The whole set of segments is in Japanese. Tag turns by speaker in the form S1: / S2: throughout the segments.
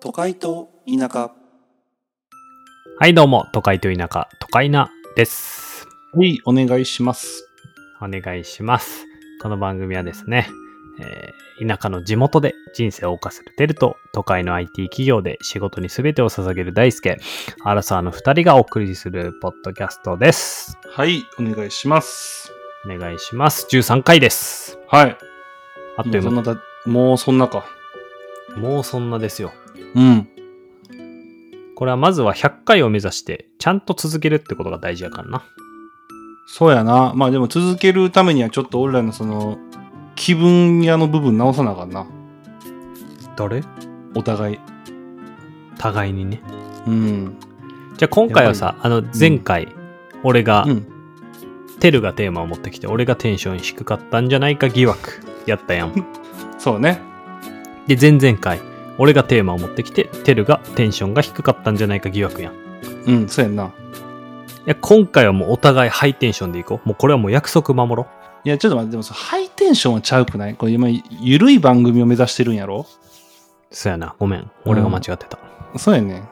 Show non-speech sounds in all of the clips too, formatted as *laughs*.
S1: 都会と田舎
S2: はい、どうも、都会と田舎、都会なです。
S3: はい、お願いします。
S2: お願いします。この番組はですね、えー田舎の地元で人生を謳歌するテルと、都会の IT 企業で仕事に全てを捧げる大輔、アラサーの二人がお送りするポッドキャストです。
S3: はい、お願いします。
S2: お願いします。13回です。
S3: はい。
S2: あっという間
S3: もうそんなだもうそんなか。
S2: もうそんなですよ。
S3: うん。
S2: これはまずは100回を目指して、ちゃんと続けるってことが大事やからな。
S3: そうやな。まあでも続けるためにはちょっと俺らのその、気分屋の部分直さなあかんな。
S2: 誰
S3: お互い。
S2: 互いにね。
S3: うん。
S2: じゃあ今回はさ、あの前回、俺が、
S3: うん。
S2: テルがテーマを持ってきて、俺がテンション低かったんじゃないか疑惑やったやん。
S3: そうね。
S2: で、前々回、俺がテーマを持ってきて、テルがテンションが低かったんじゃないか疑惑やん。い
S3: うん、そうやんな。
S2: や、今回はもうお互いハイテンションでいこう。もうこれはもう約束守ろ
S3: いや、ちょっと待って、でもそのハイテンションはちゃうくないこれ今、ゆるい番組を目指してるんやろ
S2: う。そやな、ごめん。俺が間違ってた。
S3: そうやねん。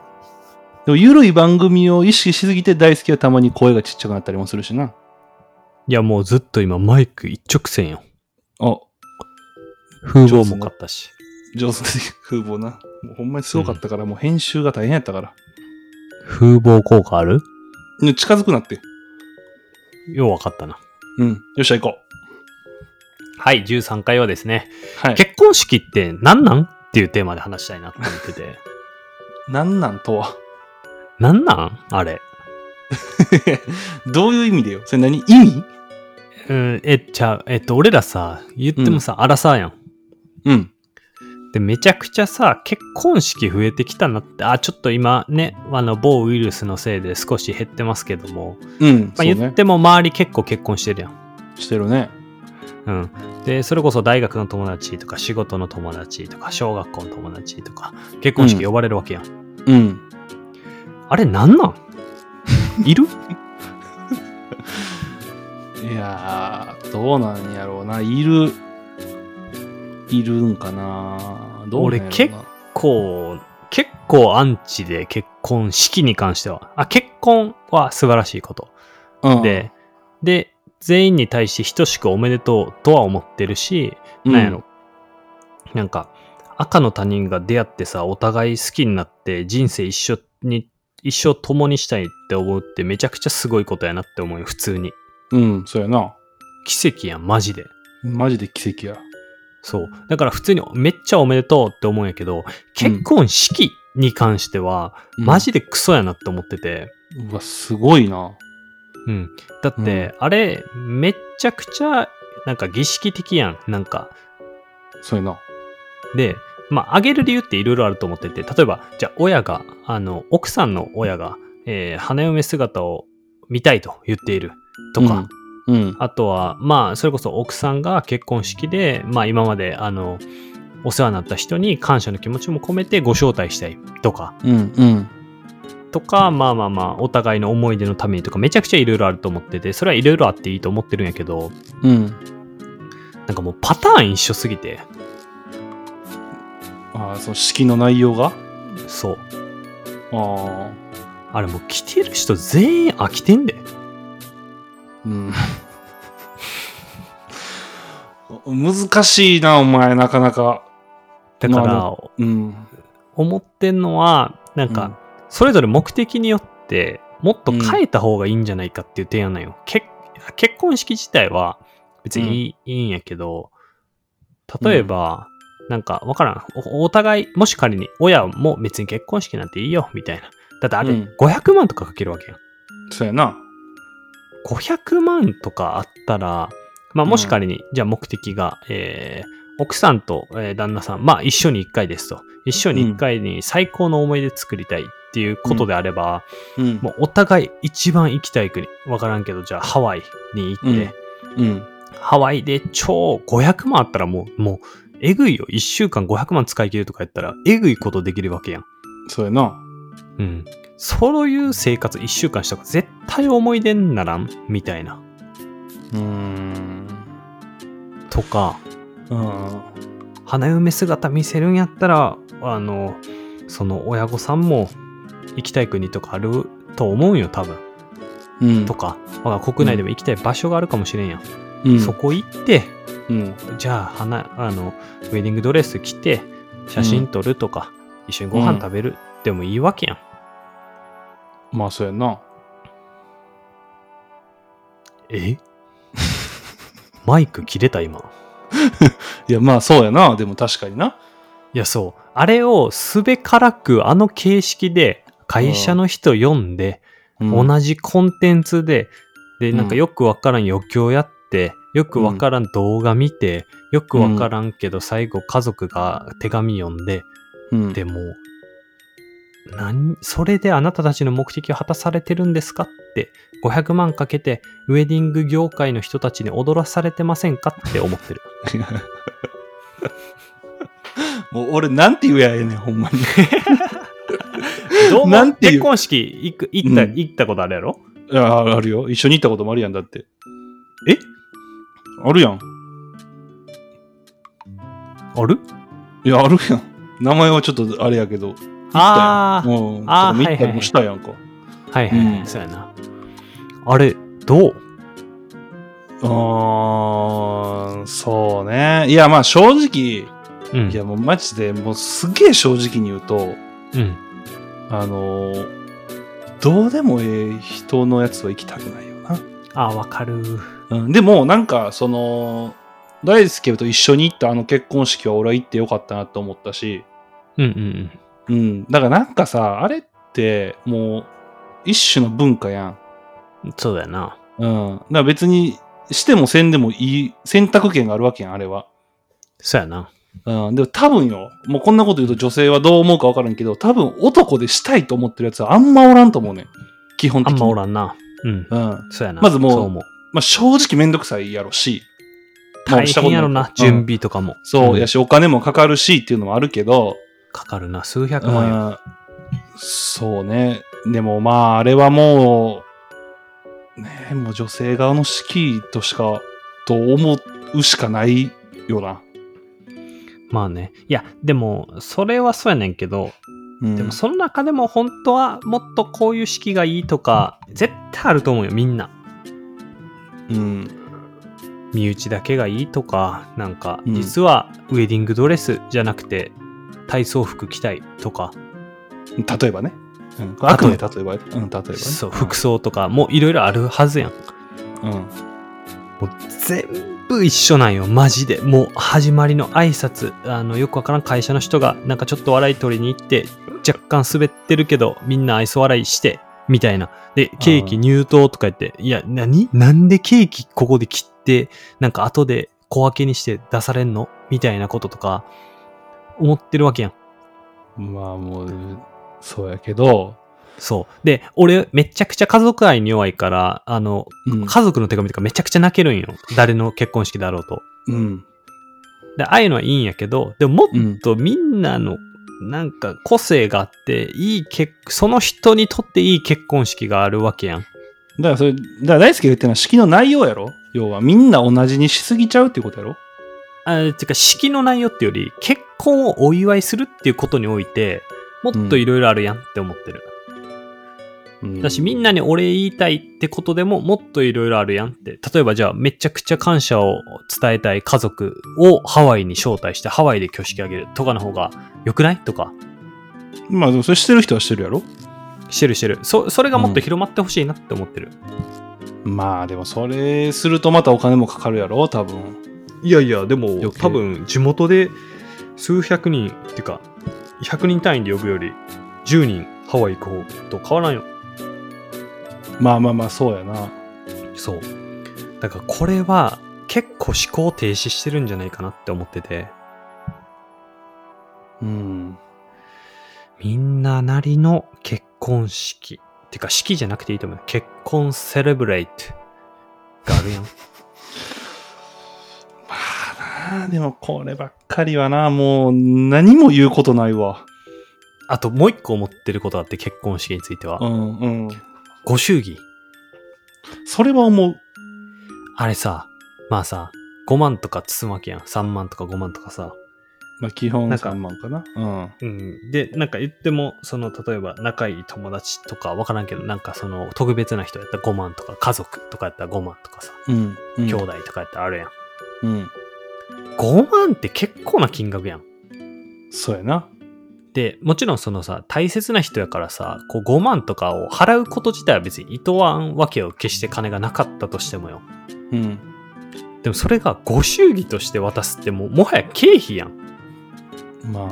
S3: でも、ゆるい番組を意識しすぎて大好きはたまに声がちっちゃくなったりもするしな。
S2: いや、もうずっと今マイク一直線よ。
S3: あ、
S2: 風貌もかったし。
S3: 上手で風貌な。もうほんまにすごかったから、もう編集が大変やったから。
S2: 風貌効果ある
S3: ね近づくなって。
S2: ようわかったな。
S3: うん。よっしゃ、行こう。
S2: はい、13回はですね、
S3: はい。
S2: 結婚式って何なんっていうテーマで話したいなと思って *laughs* て。
S3: なんなんとは。
S2: 何なんあれ。
S3: *laughs* どういう意味だよ。それ何意味
S2: うん、え、ちゃう、えっと、俺らさ、言ってもさ、荒さやん。
S3: うん。
S2: で、めちゃくちゃさ、結婚式増えてきたなって、あ、ちょっと今ね、あの、某ウイルスのせいで少し減ってますけども、
S3: うん。
S2: ま
S3: そ
S2: あ、
S3: うね、
S2: 言っても周り結構結婚してるやん。
S3: してるね。
S2: うん。で、それこそ大学の友達とか、仕事の友達とか、小学校の友達とか、結婚式呼ばれるわけやん。
S3: うん。
S2: あれ、なんなんいる
S3: *laughs* いやー、どうなんやろうな。いる、いるんかな。どうなんやろうな。
S2: 俺結こう、結構アンチで結婚式に関しては。あ、結婚は素晴らしいこと。
S3: 構、
S2: で、で、全員に対して等しくおめでとうとは思ってるし、
S3: うん
S2: なんやろ。なんか、赤の他人が出会ってさ、お互い好きになって人生一緒に、一生共にしたいって思うってめちゃくちゃすごいことやなって思うよ、普通に。
S3: うん、そうやな。
S2: 奇跡やん、マジで。
S3: マジで奇跡や。
S2: そう。だから普通にめっちゃおめでとうって思うんやけど、結婚式に関しては、
S3: うん
S2: マジでクソやなって思ってて。
S3: うわ、すごいな。
S2: うん。だって、あれ、めっちゃくちゃ、なんか儀式的やん。なんか。
S3: そうやな。
S2: で、まあ、あげる理由っていろいろあると思ってて、例えば、じゃあ、親が、あの、奥さんの親が、えー花嫁姿を見たいと言っているとか、
S3: うん。
S2: あとは、まあ、それこそ奥さんが結婚式で、まあ、今まで、あの、お世話になった人に感謝の気持ちも込めてご招待したいとか、
S3: うん、うん。
S2: とか、まあまあまあ、お互いの思い出のためにとか、めちゃくちゃいろいろあると思ってて、それはいろいろあっていいと思ってるんやけど、
S3: うん。
S2: なんかもうパターン一緒すぎて、
S3: ああ、その式の内容が
S2: そう。
S3: ああ。
S2: あれもう来てる人全員飽きてんで。
S3: うん。難しいな、お前、なかなか。
S2: だか
S3: まあで
S2: ら、
S3: うん。
S2: 思ってんのは、なん
S3: うん
S2: か、それぞれ目的によって、もっと変えた方がいいんじゃないかっていう提案なんよ。結結婚式自体は、別にいい,、いいんやけど、例えば、なんか、わからんお。お互い、もし仮に、親も別に結婚式なんていいよ、みたいな。だってあれ、
S3: うん
S2: 500万とかかけるわけやん。
S3: そうやな。
S2: 500万とかあったら、まあ、もし仮に、じゃあ目的が、えー奥さんと、えー旦那さん、まあ、一緒に一回ですと。一緒に一回に最高の思い出作りたいっていうことであれば、
S3: うん。
S2: もうお互い一番行きたい国、わからんけど、じゃあハワイに行って、
S3: うんうん。
S2: ハワイで超500万あったらもう、もう、えぐいよ。1週間500万使い切るとかやったら、えぐいことできるわけやん。
S3: そうやな。
S2: うん。そういう生活1週間したから絶対思い出にならんみたいな。
S3: うーん。
S2: とか、
S3: うん。
S2: 花嫁姿見せるんやったらあのその親御さんも行きたい国とかあると思うんよ、多分。
S3: うん
S2: とか、まあ、国内でも行きたい場所があるかもしれんやん。
S3: うん
S2: そこ行って、
S3: うん
S2: じゃあ、花、あの、ウェディングドレス着て、写真撮るとか、一緒にご飯食べるでもいいわけやん。
S3: まあそうやな
S2: え *laughs* マイク切れた今。
S3: いやまあそうやなでも確かにない
S2: や、そう。あれをすべからくあの形式で会社の人読んで、
S3: うん
S2: 同じコンテンツで、で、
S3: うん
S2: なんかよくわからん余興やって、よくわからん動画見て、よくわからんけど最後家族が手紙読んで、
S3: うん
S2: でも、何、それであなたたちの目的を果たされてるんですかって、500万かけてウェディング業界の人たちに踊らされてませんかって
S3: *laughs*
S2: 思ってる。
S3: *laughs* もう俺なんて言うやええねんほんまに
S2: どうも
S3: なんていう
S2: 結婚式行く行った、
S3: うん
S2: 行ったことあるやろ
S3: いやあるよ一緒に行ったこともあるやんだって
S2: え
S3: あるやん
S2: ある
S3: いやあるやん名前はちょっとあれやけど
S2: あー
S3: うん
S2: あー
S3: とか見たりもしたやんか、
S2: はいはいはい、
S3: うん
S2: そうやな。あれ、どう
S3: うーんそうねいやまあ正直
S2: うん
S3: い。やもうマジでもうすげえ正直に言うと
S2: うん。
S3: あのどうでもええ人のやつは行きたくないよな、
S2: あー、わかる。
S3: うん、でもなんかその大輔と一緒に行ったあの結婚式は俺は行ってよかったなと思ったし
S2: うんう
S3: う
S2: ん
S3: んだからなんかさあれってもう一種の文化やん
S2: うん。そうだよな。
S3: うん。だから別にしてもせんでもいい選択権があるわけやん、あれは。
S2: そうやな。
S3: うん。でも多分よ、もうこんなこと言うと女性はどう思うかわからんけど、多分男でしたいと思ってるやつはあんまおらんと思うねん。基本
S2: あ
S3: 的
S2: ん
S3: に。
S2: まお
S3: ん。
S2: らんな。うん。
S3: うん。
S2: そうやな。
S3: まずもう
S2: そう思う。
S3: まあ正直めんどくさいやろし。
S2: 大変やろな、準備とかも。
S3: そう、
S2: ん
S3: やし、お金もかかるしっていうのもあるけど、
S2: かかるな、数百
S3: う
S2: 万円。
S3: ん。そうね。でもまあ、あれはもう、ねえもう女性側の式としか、と思うしかないよな。
S2: まあね。いや、でも、それはそうやねんけど、
S3: うん
S2: でもその中でも本当はもっとこういう式がいいとか、絶対あると思うよ、みんな。
S3: うん。
S2: 身内だけがいいとか、なんか、
S3: うん
S2: 実はウェディングドレスじゃなくて、体操服着たいとか、
S3: 例えばね。うん、あくまで
S2: 例
S3: 例えばね。うん、例えばね。
S2: そう、服装とかもいろいろあるはずやん。
S3: うん。
S2: もう全部一緒なんよ、マジで。もう始まりの挨拶、あの、よくわからん会社の人が、なんかちょっと笑い取りに行って、若干滑ってるけど、みんな愛想笑いして、みたいな。で、ケーキ入刀とか言って、いや、何なんでケーキここで切って、なんか後で小分けにして出されんのみたいなこととか、思ってるわけやん。
S3: まあもう、そうやけど、
S2: そう。で、俺、めちゃくちゃ家族愛に弱いから、あの、
S3: うん。
S2: 家族の手紙とかめちゃくちゃ泣けるんよ。誰の結婚式だろうと。
S3: うん。
S2: で、ああいうのはいいんやけど、でもも
S3: うん
S2: っとみんなの、なんか個性があって、いい結、その人にとっていい結婚式があるわけやん。
S3: だからそれ、だから大輔が言ってるのは式の内容やろ要はみんな同じにしすぎちゃうっていうことやろ
S2: あてか、式の内容ってより、結婚をお祝いするっていうことにおいて、もっといろいろあるやんって思ってる。
S3: うん。
S2: だし、みんなにお礼言いたいってことでも、もっといろいろあるやんって。例えば、じゃあ、めちゃくちゃ感謝を伝えたい家族をハワイに招待して、ハワイで挙式あげるとかの方が良くないとか、
S3: まあでもそれしてる人はしてるやろ
S2: してるしてる。そ、それがもっと広まってほしいなって思ってる。
S3: まあでもそれするとまたお金もかかるやろ多分。
S2: いやいや、でも
S3: 余計
S2: 多分地元で数百人っていうか、100人単位で呼ぶより、10人ハワイ行こうと変わらんよ。
S3: まあまあまあそうやな。
S2: そう。だからこれは結構思考停止してるんじゃないかなって思ってて、
S3: うん。
S2: みんななりの結婚式。っていうか式じゃなくていいと思う。結婚セレブレイトがあるやん。 *laughs*
S3: まあなあ、でもこればっかりはな、もう何も言うことないわ。
S2: あともう一個思ってることがあって結婚式については
S3: う。んうん。
S2: ご祝儀。
S3: それは思う。
S2: あれさ、まあさ、5万とか包むわけやん。3万とか5万とかさ。
S3: まあ、基本
S2: なんか
S3: 3万かな。うん。
S2: うん、で、なんか言っても、その、例えば仲いい友達とかわからんけど、なんかその、特別な人やったら5万とか、家族とかやったら5万とかさ、
S3: うん。うん
S2: 兄弟とかやったらあるやん。
S3: うん。
S2: 5万って結構な金額やん。
S3: そうやな。
S2: で、もちろんそのさ、大切な人やからさ、こう5万とかを払うこと自体は別に意図はんわけを決して金がなかったとしてもよ。
S3: うん。
S2: でもそれがご祝儀として渡すってもう、もはや経費やん。
S3: まあ、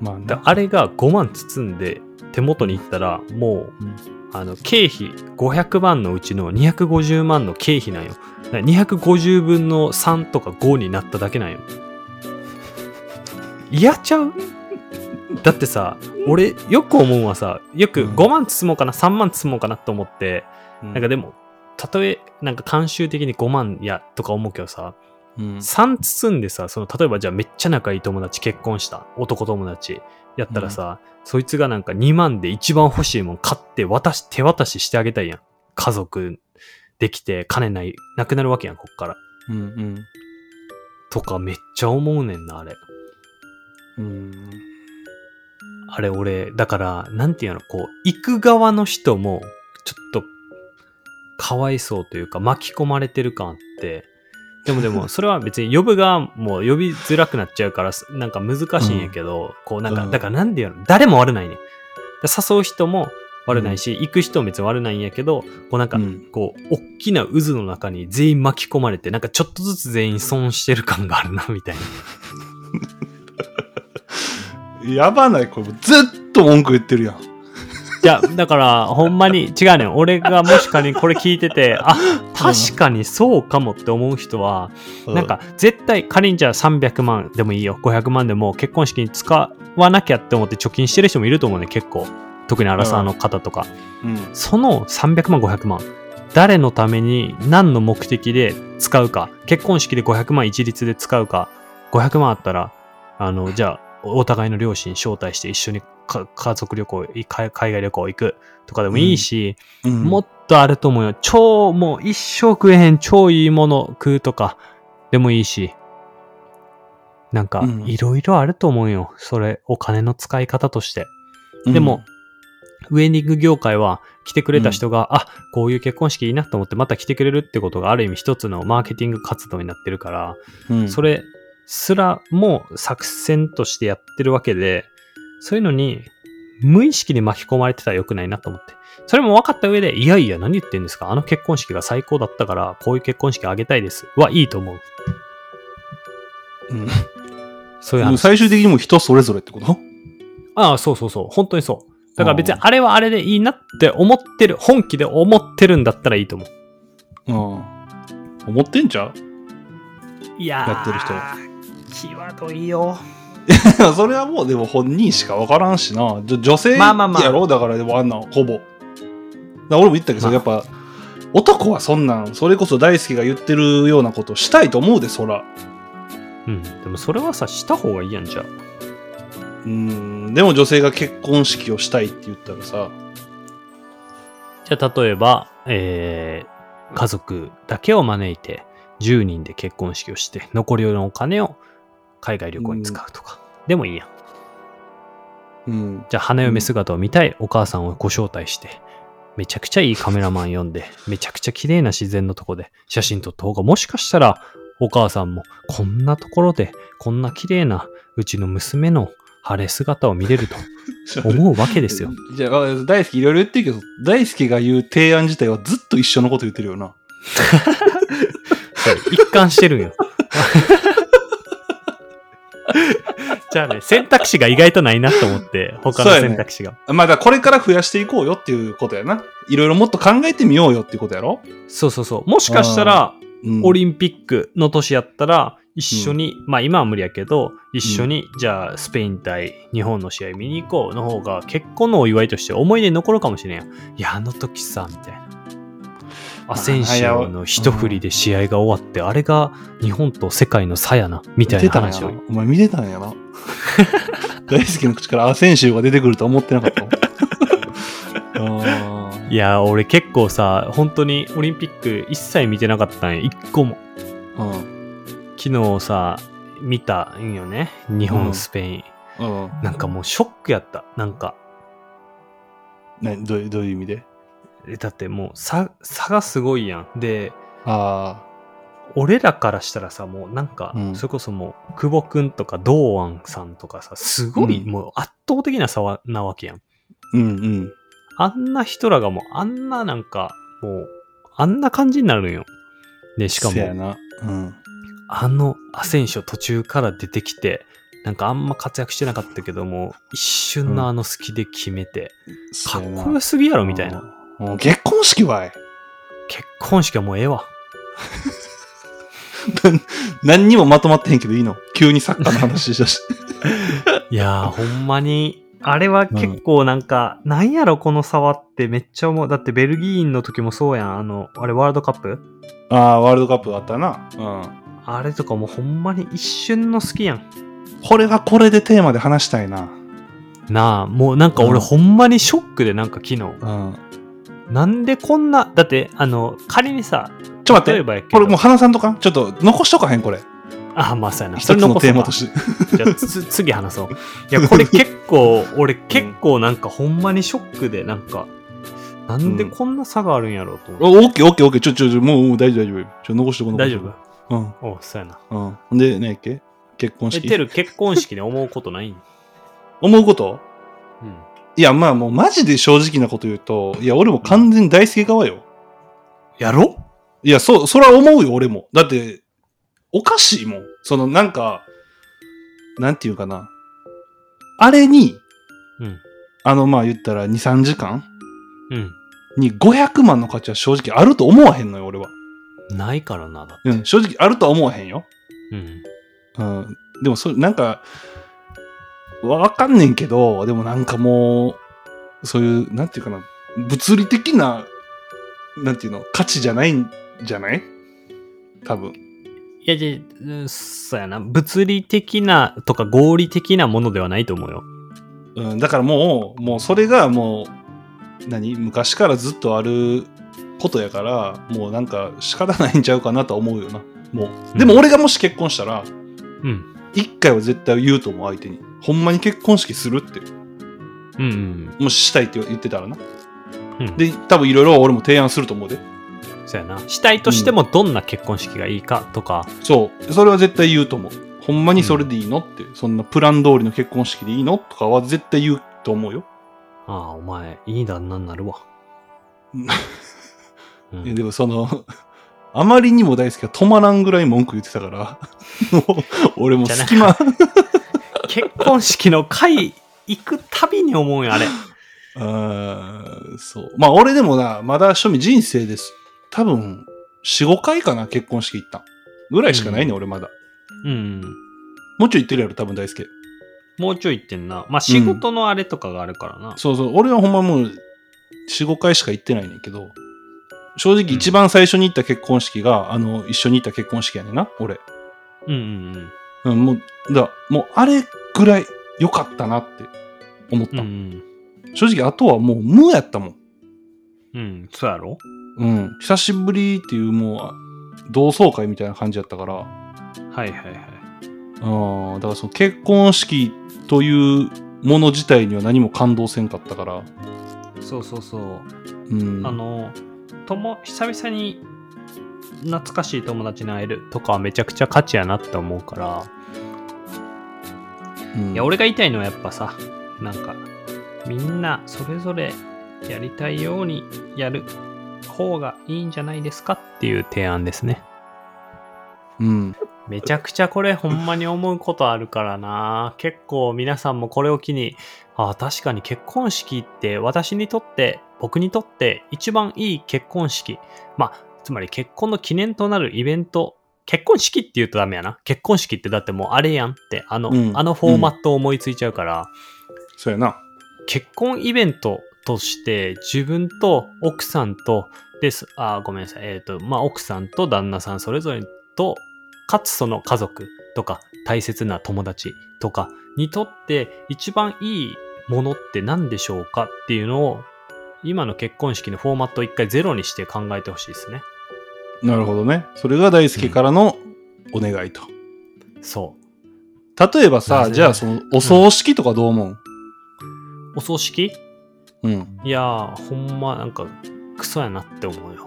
S3: まあな
S2: だあれが5万包んで手元に行ったら、もう、
S3: うん
S2: あの、経費500万のうちの250万の経費なんよ。だから250分の3とか5になっただけなんよ。嫌ちゃうだってさ、俺よく思うのはさ、よく
S3: うん
S2: 5万包もうかな、3万包もうかなと思って、
S3: うん
S2: なんかでも、たとえ、なんか慣習的に5万やとか思うけどさ、
S3: うん
S2: 3包んでさその例えばじゃあめっちゃ仲いい友達結婚した男友達やったらさ、そいつがなんか2万で一番欲しいもん買って渡し手渡ししてあげたいやん家族できて金ないなくなるわけやんこっから
S3: うん
S2: とかめっちゃ思うねんなあれ
S3: うん。うん。
S2: あれ俺だからなんていうのこう行く側の人もちょっとかわいそうというか巻き込まれてる感あってでもで *laughs* もそれは別に呼ぶ側も呼びづらくなっちゃうからすなんか難しいんやけど、こうなんか、
S3: うん
S2: だからなんでやろ誰も悪ないねんだ誘う人も悪ないし、行く人も別に悪ないんやけどこうなんか、
S3: うん
S2: こう大きな渦の中に全員巻き込まれてなんかちょっとずつ全員損してる感があるなみたいな
S3: やばない、これもうずっと文句言ってるやん。
S2: いや、だから、ほんまに、違うねん。俺がもしかにこれ聞いてて、あ、確かにそうかもって思う人は、なんか、絶対、仮にじゃあ300万でもいいよ、500万でも結婚式に使わなきゃって思って貯金してる人もいると思うね、結構。特にアラサーの方とか。
S3: うん、
S2: その300万、500万、誰のために、何の目的で使うか、結婚式で500万一律で使うか、500万あったら、あの、じゃあ、お互いの両親招待して一緒にか家族旅行、い海海外旅行行くとかでもいいし、
S3: うん。
S2: もっとあると思うよ。超、もう一生食えへん超いいもの食うとかでもいいし、なんか
S3: う、ん
S2: いろいろあると思うよ。それ、お金の使い方として。
S3: うん
S2: でも、、ウェディング業界は来てくれた人が、あこういう結婚式いいなと思ってまた来てくれるってことがある意味一つのマーケティング活動になってるから、
S3: うん
S2: それすらも作戦としてやってるわけで、そういうのに無意識に巻き込まれてたら良くないなと思って。それも分かった上で、いやいや、何言ってんですかあの結婚式が最高だったから、こういう結婚式あげたいです。はいいと思う。
S3: うん
S2: そういう
S3: もう
S2: 話。
S3: 最終的にもう人それぞれってこと
S2: ああ、そうそうそう。本当にそう。だから別にあれはあれでいいなって思ってる、本気で思ってるんだったらいいと思う。
S3: うん。思ってんじゃん
S2: いやー
S3: やってる人
S2: 際どいよ
S3: *laughs* それはもうでも本人しか分からんしな。じょ女性やろ、
S2: まあまあまあ
S3: だからでもあんなほぼ。だから俺も言ったけど、
S2: まあ
S3: やっぱ男はそんなん、それこそ大輔が言ってるようなことしたいと思うで、そら。
S2: うんでもそれはさした方がいいやんじゃあ
S3: うん。でも女性が結婚式をしたいって言ったらさ、
S2: じゃあ例えばえー家族だけを招いて10人で結婚式をして残りのお金を海外旅行に使うとか、でもいいやん
S3: うん。
S2: じゃあ花嫁姿を見たいお母さんをご招待してめちゃくちゃいいカメラマン呼んでめちゃくちゃ綺麗な自然のとこで写真撮った方がもしかしたらお母さんもこんなところでこんな綺麗なうちの娘の晴れ姿を見れると思うわけですよ。
S3: *laughs* じゃあ、大好きいろいろ言ってるけど、大好きが言う提案自体はずっと一緒のこと言ってるよな。
S2: 一貫してるんよ。 *laughs* じゃあね、選択肢が意外とないなと思って、他の
S3: そうやね
S2: 選択肢が。
S3: まあ、だからこれから増やしていこうよっていうことやな。いろいろもっと考えてみようよっていうことやろ、
S2: そうそうそう。もしかしたら、
S3: うん、
S2: オリンピックの年やったら、一緒に、まあ今は無理やけど、一緒に、じゃあスペイン対日本の試合見に行こうの方が、結婚のお祝いとして思い出に残るかもしれんやん。いや、あの時さ、みたいな。アセンシオの一振りで試合が終わって、あれが日本と世界の差やな、みたいな話を
S3: 見てたんやなお前見てたんや
S2: *laughs*
S3: な。大好きの口からアセンシオが出てくるとは思ってなかったわ。
S2: *laughs*
S3: あー
S2: いやー俺結構さ本当にオリンピック一切見てなかったんや一個も
S3: うん
S2: 昨日さ見たんよね。日
S3: う
S2: 本、
S3: ん
S2: スペイン。
S3: うん。
S2: なんかもうショックやった。なんか、
S3: ね、どういうどういう意味で
S2: えだってもう差、差がすごいやん。で、
S3: あ
S2: 俺らからしたらさ、もうなんか
S3: う、ん
S2: それこそもう、久保くんとか、堂安さんとかさ、すごい、
S3: うん
S2: もう圧倒的な差はなわけやん。
S3: あ、うんうん。
S2: あんな人らがもう、あんななんか、もう、あんな感じになるんよ。で、しか
S3: せや
S2: も、
S3: な。うん。
S2: あの、アセンショ途中から出てきて、なんかあんま活躍してなかったけども、一瞬のあの隙で決めて、かっこよすぎやろみたいな。
S3: うん。もう結婚式はえ。 *laughs*
S2: 結婚式はもうええわ。
S3: 何にもまとまってへんけどいいの急にサッカーの話し
S2: *laughs*
S3: だし。
S2: いやー、ほんまに、あれは結構なんか、なんやろこの差はってめっちゃ思う。だってベルギーの時もそうやん。あの、あれワールドカップ
S3: ああ、ワールドカップあったな。う
S2: あれとかもうほんまに一瞬の好きやん。
S3: ん。これはこれでテーマで話したいな。
S2: なあ、もうなんか
S3: う
S2: 俺
S3: ん
S2: ほんまにショックでなんか昨日。
S3: うん。
S2: なんでこんな、だってあの、仮にさ、
S3: ちょっと待
S2: 例え
S3: って。
S2: ばやけど
S3: これもう話さんとかちょっと残しとかへんこれ。
S2: あ、まあそうやな。
S3: 一つのテーマと
S2: し
S3: して。
S2: て。じゃあつ *laughs* 次話そう。いや、これ結構、俺結構なんかほんまにショックで、なんか、なんでこんな差があるんやろうと思っ
S3: おオッケーオッケーオッケー。ちょ、ちょ、ちょもうもう大丈夫大丈夫。ちょ、残しとこ
S2: て。
S3: う
S2: 大丈夫
S3: うん。
S2: おそうやな。
S3: うん。ほんで、ねえっけ結婚
S2: え、
S3: 式。
S2: てる結婚式で思うことないん
S3: 思うこと
S2: *laughs* うん。
S3: いや、まあもうマジで正直なこと言うと、いや、俺も完全に大輔側よ。
S2: やろ
S3: いや、そう、それは思うよ、俺も。だって、おかしいもん。その、なんか、なんていうかな。あれに、
S2: うん。
S3: あの、まあ言ったら2、3時間
S2: う
S3: に500万の価値は正直あると思わへんのよ、俺は。
S2: ん。ないからな、だって。
S3: うん、正直あるとは思わへんよ。
S2: うん。
S3: うん。でも、それ、なんか、わかんねんけど、でもなんかもう、そういう、なんていうかな、物理的な、なんていうの、価値じゃないんじゃない多分。
S2: いや、じゃうん、そうやな。物理的なとか合理的なものではないと思うよ。
S3: うん、だからもう、もうそれがもう、何昔からずっとあることやから、もうなんか仕方ないんちゃうかなとは思うよな。も
S2: うん
S3: う。でも俺がもし結婚したら、
S2: うん。
S3: 一回は絶対言うと思う、相手に。ほんまに結婚式するって。
S2: うんうん
S3: もししたいって言ってたらな。
S2: うん。うん、
S3: で、多分いろいろ俺も提案すると思うで。
S2: そうやな。したいとしてもどんな結婚式がいいかとか、
S3: そう。それは絶対言うと思う。ほんまにそれでいいのって。そんなプラン通りの結婚式でいいのとかは絶対言うと思うよ。
S2: ああ、お前、いい旦那になるわ。
S3: うん
S2: う
S3: いや
S2: ん、
S3: でもその、あまりにも大好きが止まらんぐらい文句言ってたから、 *laughs* もう俺も隙間、
S2: 結婚式の会行くたびに思うよ、あれ。
S3: うんそう。まあ俺でもな、まだ趣味人生です。多分、4、5回かな、結婚式行ったんぐらいしかないね、俺まだ。
S2: うん。
S3: もうちょい行ってるやろ、多分大輔。
S2: もうちょい行ってんな。まあ、仕事のあれとかがあるからな。
S3: そうそう、俺はほんまもう、4、5回しか行ってないねんけど、正直一番最初に行った結婚式が、あの、一緒に行った結婚式やねんな、俺。
S2: うんうん
S3: うん、もう、だ、もうあれぐらい良かったなって思っ
S2: うん。
S3: た。
S2: うん。
S3: 正直、あとはもう無やったもん。
S2: うん、そうやろ
S3: うん。久しぶりっていう、もうあ、同窓会みたいな感じやったから、
S2: はいはいはい。
S3: うん、だからその結婚式というもの自体には何も感動せんかったから、
S2: そうそうそう。
S3: うん。
S2: あの、とも、久々に懐かしい友達に会えるとかはめちゃくちゃ価値やなって思うから、
S3: うん、
S2: いや、俺が言いたいのはやっぱさ、なんか、みんなそれぞれやりたいようにやる方がいいんじゃないですかっていう提案ですね。
S3: うん。
S2: めちゃくちゃこれほんまに思うことあるからな結構皆さんもこれを機にああ確かに結婚式って私にとって僕にとって一番いい結婚式まあつまり結婚の記念となるイベント結婚式って言うとダメやな結婚式ってだってもうあれやんってあの、
S3: うん
S2: あのフォーマットを思いついちゃうから、
S3: そうやな。
S2: 結婚イベントとして自分と奥さんとですあごめんなさいえっ、とまあ奥さんと旦那さんそれぞれとかつその家族とか大切な友達とかにとって一番いいものって何でしょうかっていうのを今の結婚式のフォーマットを一回ゼロにして考えてほしいですね
S3: なるほどね。それが大輔からのお願いと。
S2: そう
S3: 例えば
S2: な
S3: さ、
S2: ぜ
S3: じゃあその、お葬式とかどう思う
S2: お葬式
S3: うん。
S2: いやー、ほんま、なんか、クソやなって思うよ。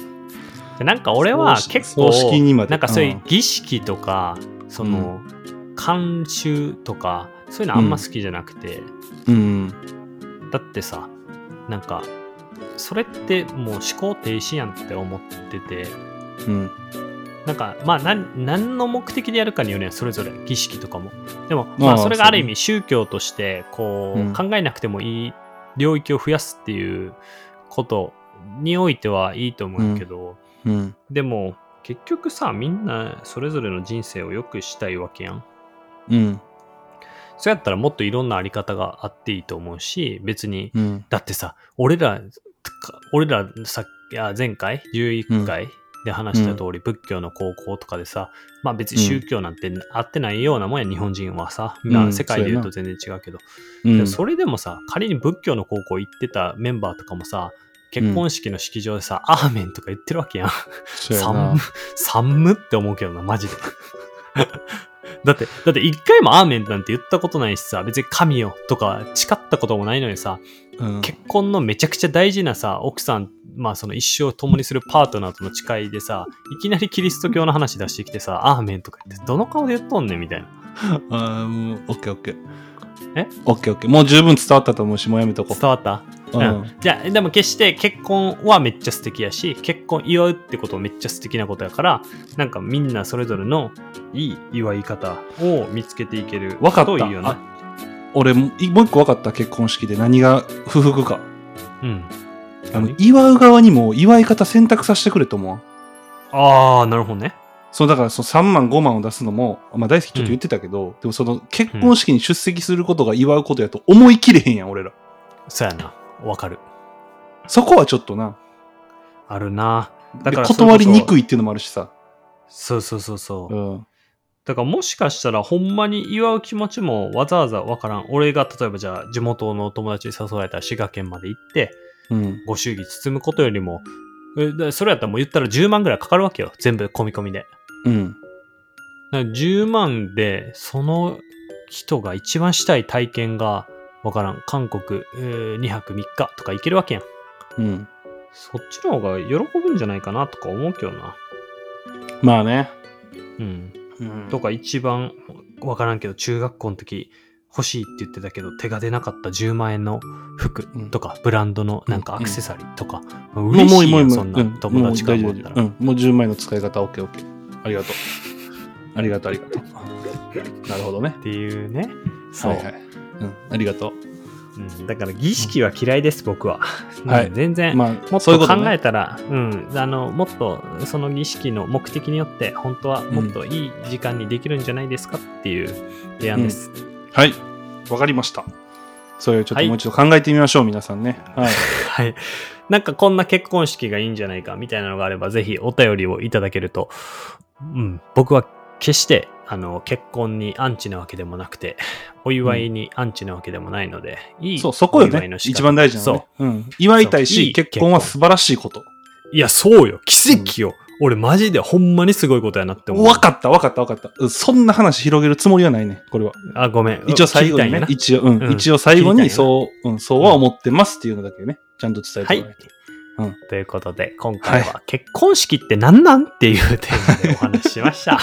S2: *laughs* でなんか俺は
S3: 葬式
S2: 結
S3: 葬
S2: 構、
S3: 式にまで
S2: なんかそういううん儀式とか、その、慣習とか、そういうのあんま好きじゃなくて、
S3: うん。
S2: だってさ、なんか、それってもう思考停止やんって思ってて、
S3: うん。
S2: なんか、まあ、なん何の目的でやるかによるやんそれぞれ、儀式とかも。でも、ま
S3: あ
S2: あ、
S3: あ
S2: それ
S3: そうね
S2: がある意味、宗教として、こう、
S3: うん
S2: 考えなくてもいい領域を増やすっていうことにおいてはいいと思うんやけど、
S3: うん。
S2: でも、結局さ、みんなそれぞれの人生を良くしたいわけやん。
S3: うん。
S2: そうやったらもっといろんなあり方があっていいと思うし、別に、
S3: うん。
S2: だってさ、俺ら、俺らさっき、あ前回、11回で話した通り、仏教の高校とかでさ、まあ別に宗教なんて合ってないようなもんや、日本人はさ。
S3: ん
S2: まあ世界で言う
S3: そ
S2: と
S3: う
S2: 全然違うけど。
S3: う
S2: で
S3: ん。
S2: それでもさ、仮に仏教の高校行ってたメンバーとかもさ、結婚式の式場でさ、アーメンとか言ってるわけやん。 *laughs*
S3: そうやな
S2: 寒、寒って思うけどな、マジで。 *laughs* だって、だって一回もアーメンなんて言ったことないしさ、別に神よとか誓ったこともないのにさ、
S3: うん
S2: 結婚のめちゃくちゃ大事なさ奥さんまあその一生を共にするパートナーとの誓いでさいきなりキリスト教の話出してきてさ「アーメン」とか言ってどの顔で言っとんねんみたいな
S3: あーもう、オッケーオッケー。
S2: え
S3: オッケーオッケー。もう十分伝わったと思うし、もうやめとこ
S2: 伝わった、
S3: う。うん。
S2: じゃあでも決して結婚はめっちゃ素敵やし結婚祝うってことめっちゃ素敵なことやからなんかみんなそれぞれのいい祝い方を見つけていける
S3: わかった
S2: といいよね
S3: あ俺、もいもう一個分かった、結婚式で何が不服か。
S2: うん
S3: あの
S2: 何、
S3: 祝う側にも祝い方選択させてくれと思う。
S2: ああなるほどね
S3: そう、だからその3万5万を出すのも、まあ大好きちょっと言ってたけど、でもその結婚式に出席することが祝うことやと思い切れへんやん、俺ら。
S2: そうやなわかる
S3: そこはちょっとな。
S2: あるなだ
S3: で
S2: から
S3: 断りにく
S2: い
S3: いっていうのもあるしさ。
S2: そうそうそうそう、
S3: うん。
S2: だからもしかしたらほんまに祝う気持ちもわざわざわからん。俺が例えばじゃあ地元のお友達に誘われたら滋賀県まで行って
S3: うん。
S2: ご祝儀包むことよりも、えだそれやったらもう言ったら10万ぐらいかかるわけよ。全部込み込みで。
S3: うん。
S2: だから10万でその人が一番したい体験がわからん。韓国、え2泊3日とか行けるわけや
S3: う
S2: ん。
S3: ん。
S2: そっちの方が喜ぶんじゃないかなとか思うけどな。
S3: まあね。
S2: うん。
S3: うん
S2: とか一番わからんけど中学校の時欲しいって言ってたけど手が出なかった10万円の服とかブランドのなんかアクセサリーとか、まあ嬉しいやんそんな
S3: うん
S2: 友達が思った
S3: もう大丈夫大丈
S2: ら
S3: 夫うん。もう10枚の使い方、オッケーオッケー。ありがとう。ありがとう、ありがと
S2: *laughs*
S3: う。なるほどね
S2: っ。ていうねそう、
S3: はいはい。うん。ありがと
S2: うんだから儀式は嫌いです僕は、
S3: はい
S2: うん全然、
S3: う。まあ、
S2: もっ
S3: そうい
S2: と
S3: うことね
S2: 考えたらうん、あのもっとその儀式の目的によって本当はもっといい時間にできるんじゃないですかっていう提案です、
S3: はい。わかりました。それをちょっ
S2: は
S3: と
S2: い
S3: もう一度考えてみましょう、皆さんね。はい。
S2: はい。なんかこんな結婚式がいいんじゃないかみたいなのがあれば、ぜひお便りをいただけると、うん、僕は決して、あの、結婚にアンチなわけでもなくて、 *laughs* お祝いにアンチなわけでもないので、いい。
S3: そう、そこよ
S2: お祝い
S3: ね
S2: の。仕方
S3: 一番大事なの、ね。う。ん。祝いたい
S2: そう
S3: し
S2: いい
S3: 結婚は素晴らしいこと。
S2: そう。いや、そうよ。奇跡よ。俺マジでほんまにすごいことやなって思う。
S3: わかった、わかった、わかった。うんそんな話広げるつもりはないね、これは。
S2: あ、ごめん。
S3: 一応最後にね
S2: 聞。き
S3: 一応、うん。
S2: うん
S3: 一応最後
S2: 聞
S3: に、
S2: きたい
S3: そう、うん、そうは思ってますっていうのだけね。ちゃんと伝え
S2: た
S3: て
S2: い
S3: も
S2: な
S3: ら
S2: は
S3: え
S2: い
S3: る。うん。
S2: ということで、今回は結婚式って何なんっていうテーマでお話ししました。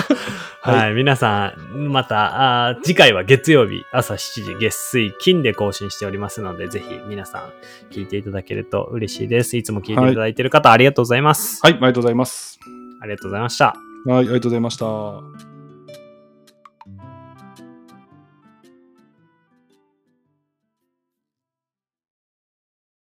S3: はい
S2: はい、皆さん、またあー、次回は月曜日朝7時、月水、金で更新しておりますので、ぜひ皆さん聞いていただけると嬉しいです。いつも聞いていただいている方、ありがとうございます。
S3: はい、ありがとうございます。
S2: ありがとうございました。
S3: はい、ありがとうございました。